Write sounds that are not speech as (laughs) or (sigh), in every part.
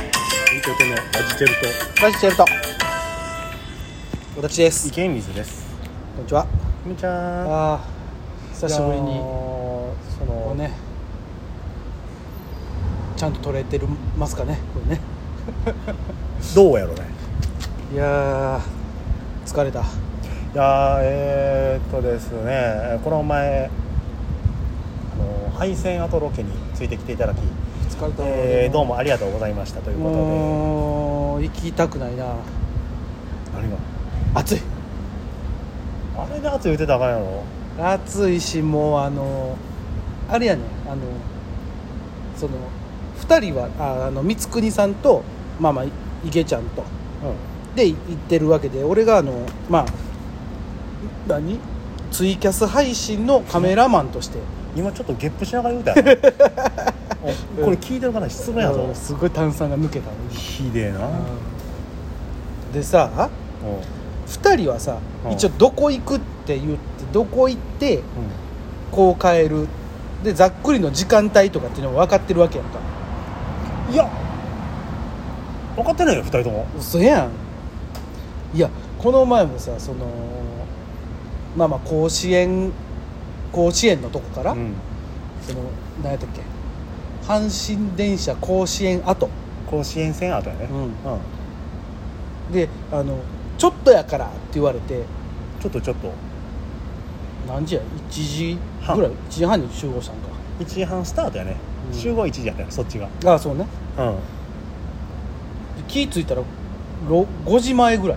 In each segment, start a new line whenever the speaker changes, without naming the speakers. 弟のアジチェル
ラジチェルト私で
と
す
池井水です
こんにちは
みーちゃん
あー久し
い
ぶり
や
に
ーそ
こ
の
うねちゃんと撮れてるますかねこれね
どうやろね
いやー疲れた
いやーえー、っとですねこの前あの配線跡ロケについてきていただき、
疲れた
えーどうもありがとうございましたということで
もう行きたくないな
あれが
暑い
あれで圧言ってたらあかんやろ
暑いしもうあのあれやねあのその2人はああの光國さんとまあまあ池ちゃんとで行ってるわけで俺があのまあ何ツイキャス配信のカメラマンとして、
うん今ちょっとゲップしながら言うた (laughs) やろおこれ聞いてる方失礼や
う
ぞ
んすごい炭酸が抜けたのに
ひでえな、
でさ
おう
2人はさ、
うん
一応どこ行くって言ってどこ行って
うん
こう帰るでざっくりの時間帯とかっていうのも分かってるわけやんか
いや分かってないよ2人とも
嘘やんいやこの前もさそのまあまあ甲子園甲子園のとこから、
うん、
その何やったっけ阪神電車甲子園跡
甲子園戦後やね
うん
うん、
であの「ちょっとやから」って言われて
ちょっとちょっと
何時や1時
半
ぐらい1時半に集合したんか
1時半スタートやね、
うん
集合1時やったよそっちが
ああそうね
うん
で気ぃ付いたらろ5時前ぐらい、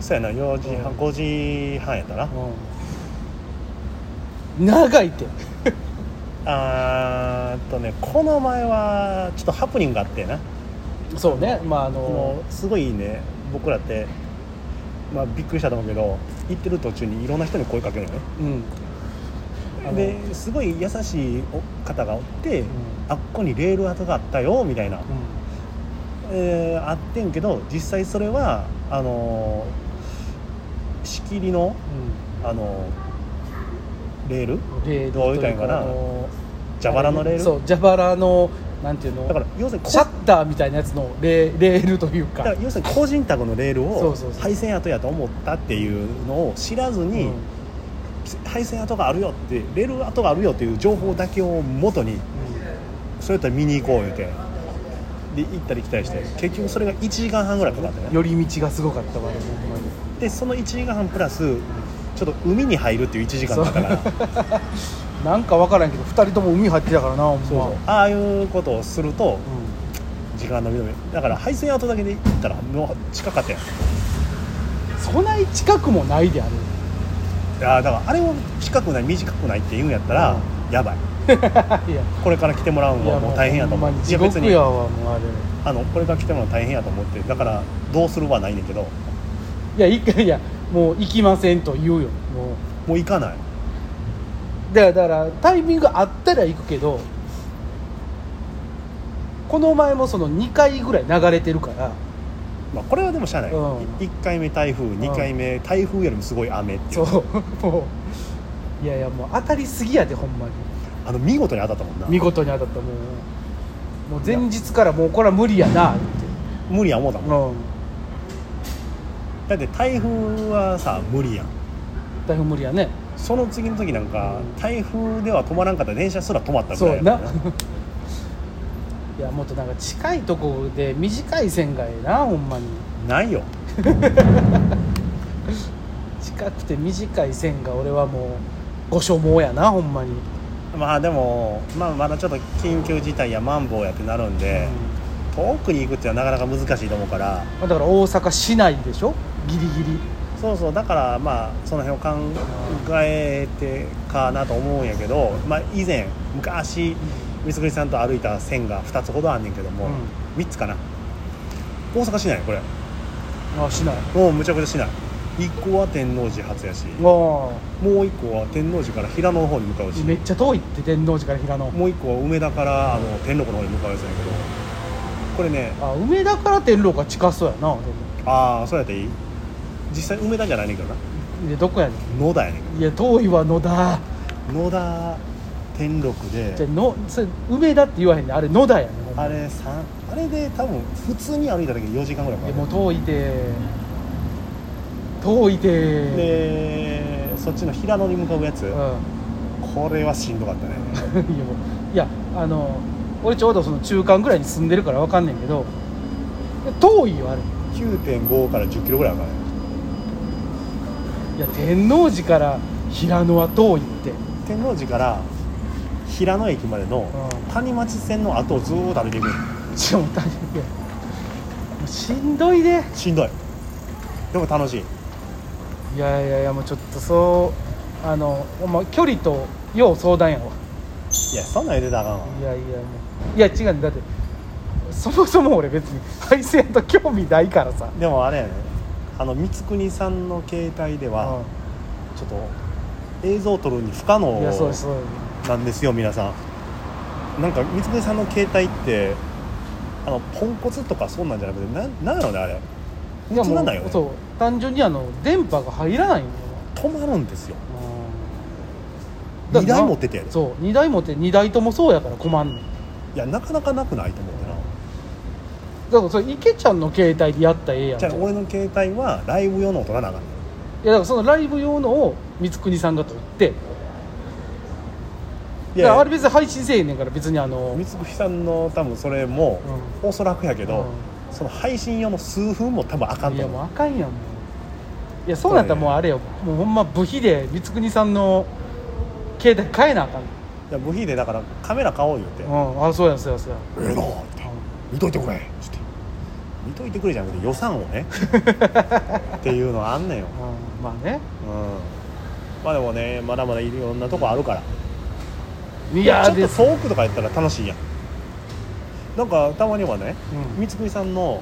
そうやな4時半、
うん
5時半やったな、
うん、長い
(laughs)
って
あーっとねこの前はちょっとハプニングがあってな
そうねまああの
もうすごいね僕らってまあびっくりしたと思うけど行ってる途中にいろんな人に声かけるのね
うんあの
ですごい優しいお方がおって、
うん
あっこにレール跡があったよみたいな、
うん
えーあってんけど実際それはあのー仕切りの、あのーレール
うんレール
どう言うたらいいんかな
とうあの
蛇腹のレール
そう蛇腹のなんていうの
だから要するにこ
シャッターみたいなやつのレレールというか
だから要するに個人宅のレール
そう
を
そうそう
配線跡やと思ったっていうのを知らずに、
うん
配線跡があるよってレール跡があるよっていう情報だけを元にそれやったら見に行こう言うてで行ったり来たりして結局それが1時間半ぐらいかかったね
寄り道がすごかったわねほんまに
でその1時間半プラスちょっと海に入るっていう1時間だったから
なんか分からんけど2人とも海入ってたからなほんま
そうそうああいうことをすると
う
時間のび延びだから配線跡だけで行ったらもう近かったやん
んそない近くもないである
あーだからあれを近くない短くないって言うんやったら、や (laughs) ばい
いや
これから来てもらうのはもう大変やと思う
ほんまに
い
地
や別
獄
に
やわもうあれ
あのこれから来てもらうの大変やと思ってだからどうするはないねんけど
いやいいいやもう行きませんと言うよも
もう行かないう
だからだからタイミングあったら行くけどこの前もその2回ぐらい流れてるから
まあ、これはでもしゃあない、
うん
一1回目台風2回目台風よりもすごい雨ってい
そううもういやいやもう当たりすぎやでほんまに
あの見事に当たったもんな
見事に当たったもうもう前日からもうこれは無理やなって、
無理や思うたもん、
うん、
だって台風はさ無理やん
台風無理やね
その次の時なんか、
うん
台風では止まらんかった電車すら止まったぐ
そ
ら
う
いや
やな
から
いやもっとなんか近いとこで短い線がええなほんまに
ないよ
近くて短い線が俺はもうご所望やなほんまに、
まあでも、まあ、まだちょっと緊急事態やマンボウやってなるんで、遠くに行くっていうのはなかなか難しいと思うから
うんだから大阪市内でしょギリギリ
そうそうだからまあその辺を考えてかなと思うんやけど、まあ、以前昔三國さんと歩いた線が2つほどあんねんけども、
う
3つかな大阪市内これ
あ市内あ
もうむちゃくちゃ市内1個は天王寺発やしもう
あ
1個は天王寺から平野の方に向かうし
めっちゃ遠いって天王寺から平野
もう1個は梅田からあの天禄の方に向かうやつやねんけどこれね
あ梅田から天狼が近そうやなでも
ああそうやっていい実際梅田じゃないねんけどな
でどこやね
野田やねんけ
んいや遠いわ野田
ど野田天禄で
じゃあのそれ梅田って言わへんねんあれ野田やねんほんま
あれさんあれで多分普通に歩いただけで4時間ぐらいか
い
か
や
る
もう遠いて遠いて
でそっちの平野に向かうやつ、
うん (laughs) い
これはしんどかったね
やもういやあの俺ちょうどその中間ぐらいに住んでるからわかんねんけどいや遠いよあれ
9.5から1 0キロぐらいあるからね
いや天王寺から平野は遠いって
天王寺から平野駅までの
う
谷町線の後をずーっと歩いていく
しかも大変いやもうしんどいで
しんどいでも楽しい
いやいやいやもうちょっとそうあのお前距離とよう相談やわ
いやそんなん言うてたらあかんわ
いやいやもういや違うんだってそもそも俺別に配線と興味ないからさ
でもあれやねあの光圀さんの携帯では
う
ちょっと映像を撮るに不可
んいやそう
能
そう
なんですよ皆さんなんか光圀さんの携帯ってあのポンコツとかそんなんじゃなくてなんなんやろねあれ
いや
映
も
ら
う
ないよね
そう単純にあの電波が入らないん
止まるんですよ
だよな
2台持っててやで
そう2台持って2台ともそうやから困んねん
いやなかなかなくないと思ってな
だからそれ池ちゃんの携帯でやったらええやん
じゃあ
じゃあ
俺の携帯はライブ用のを撮らなあかんね
いやだからそのライブ用のを光圀さんが撮って
い
いやあれ別に配信せえへんねんから別にあの
光圀さんの多分それも、おそらくやけど、その配信用の数分も多分あかん
い
と
やもう
思
あかんやんもういやそうなったらもう
そう
あれよもうほんま部費で光圀さんの携帯変えなあかん
ういや部費でだからカメラ買おう言って「
うんあそうやそうやそうや
ええな」って「見といてくれ」つって「見といてくれ」じゃなくて予算を
(laughs)
ねっていうのはあんねんよ、
うんうんまあね
うん、まあでもねまだまだいろんなとこあるから
いや
ちょ
ー
っと
です、
遠くとかやったら楽しいやんなんかたまにはね
うん、
光圀さんの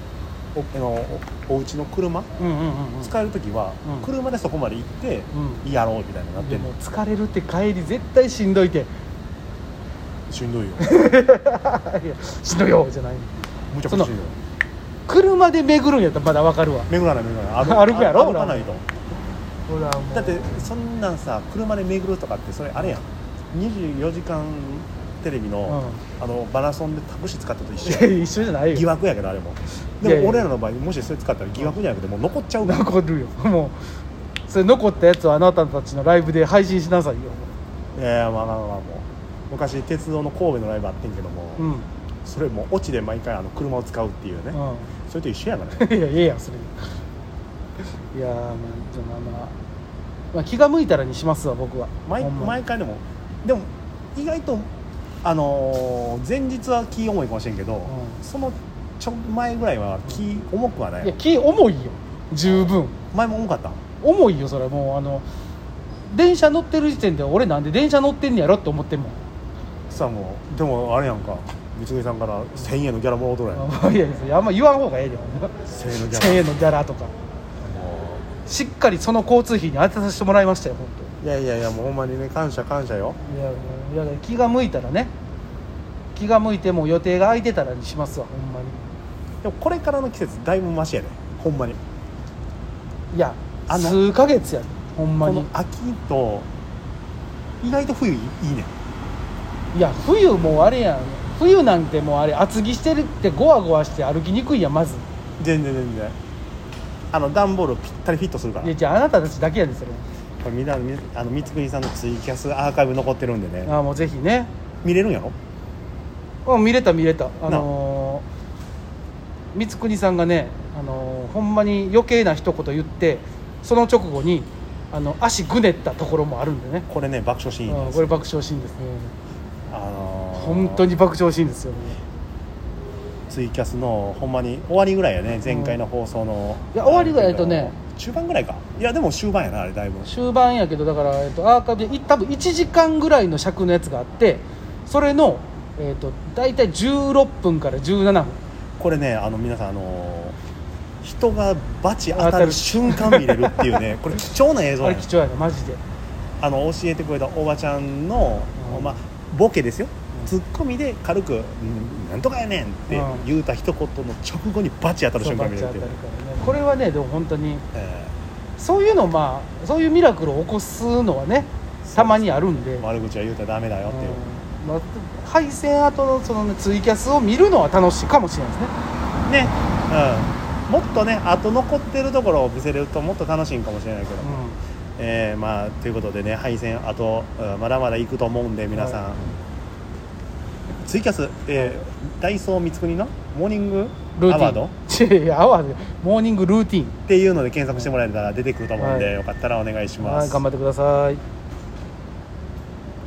おあのおお家の車
うんうんうんうん
使える時は、
うん
車でそこまで行って、
う
やろうみたいになっ
ん
て
で
んの
もう疲れるって帰り絶対しんどいて (laughs) い
しんどいよ
やしんどいよじゃない
むちゃくちゃしんどい
車で巡るんやったらまだわかるわ
巡らない巡らない歩
(laughs) 歩くやろ
歩かないと
ほらもう
だってそんなんさ車で巡るとかってそれあれやん24時間テレビの,、あのマラソンでタクシー使ったと一緒やん
うん一緒じゃない
疑
よ
惑やけどあれも
いや
で
いや
も俺らの場合もしそれ使ったら疑惑じゃなくてもう残っちゃうから
残るよもうそれ残ったやつはあなたたちのライブで配信しなさいよ
いやいやまあまあまあもう昔鉄道の神戸のライブあってんけども、
うん、うん、
それもうオチで毎回あの車を使うっていうね、それと一緒やからね
(laughs) いやええやんそれいやーまあじゃあまあまあ、まあ、気が向いたらにしますわ僕は
毎
ほんま
毎回でもでも意外とあのー前日は気重いかもしれんけど、
ん
そのちょ前ぐらいは気重くはない
いや気重いよ十分
前も重かったん
重いよそれはもうあの電車乗ってる時点で俺なんで電車乗ってんねやろって思ってんもん
さあもうでもあれやんか三井さんから1000円のギャラもらうとるやん
あ (laughs) いやいやそれあんま言わん方がええで
1000円のギ
1000
ャ
円のギャラとか
ラも
しっかりその交通費に当てさせてもらいましたよ本
ういやいやいやもうほんまにね感謝感謝よ
当いやもういや気が向いたらね気が向いてもう予定が空いてたらにしますわほんまに
でもこれからの季節だいぶマシやねほんまに
いや
あの
数ヶ月やでほんま
こ
に
の秋と意外と冬いいね
いや冬もうあれやん冬なんてもうあれ厚着してるってゴワゴワして歩きにくいやんまず
全然全然あの段ボールぴったりフィットするから
いやじゃああなたたちだけやでそれ
これみんなみあの三國さんのツイキャスアーカイブ残ってるんでね
ああもうぜひね
見れるんやろ
うん見れた見れたあのー光圀さんがね、あのーほんまに余計な一言言ってその直後にあの足ぐねったところもあるんでね
これね爆笑シーンなん
あ
で
ー
す
これ爆笑シーンですね
あのー
本当に爆笑シーンですよ、ね、
ツイキャスのほんまに終わりぐらいやね前回の放送の、
いや終わりぐらいやとね
中盤ぐらいかいやでも終盤やなあれだいぶ
終盤やけどだから、えっと、アーカイブでい多分1時間ぐらいの尺のやつがあってそれの、えっと、大体16分から17分
これねあの皆さんあのー人がバチ当たる瞬間見れるっていう
(laughs)
ねこれ貴重な映像
あ
や
れ
ね
貴重やなマジで
あの教えてくれたおばちゃんの、
うん
まあ、ボケですよ
うん
ツッコミで軽くうん「なんとかやねん」って言うた一言の直後にバチ当たる
そう
瞬間
バ
見
チ
れ
当
る
た
って
る
い
か
う
らねこれはねでも本当に
え
そういうのまあそういうミラクルを起こすのはね
ー
たまにあるんで、
悪口は言うたらダメだよっていう、
うんまあ、敗戦後のその、ね、ツイキャスを見るのは楽しいかもしれないですね
ね、うん、もっとねあと残ってるところを見せれるともっと楽しいんかもしれないけど、えーまあということでね敗戦あとうんまだまだ行くと思うんで皆さん、
は
ツイキャス、えー、ダイソー光国のモーニング
うん、ル
ア
ーティン
ワードっ
(laughs) いやいやアワードモーニングルーティン
ていうので検索してもらえたら出てくると思うんで、
はい
よかったらお願いしま
はい
す
頑張ってください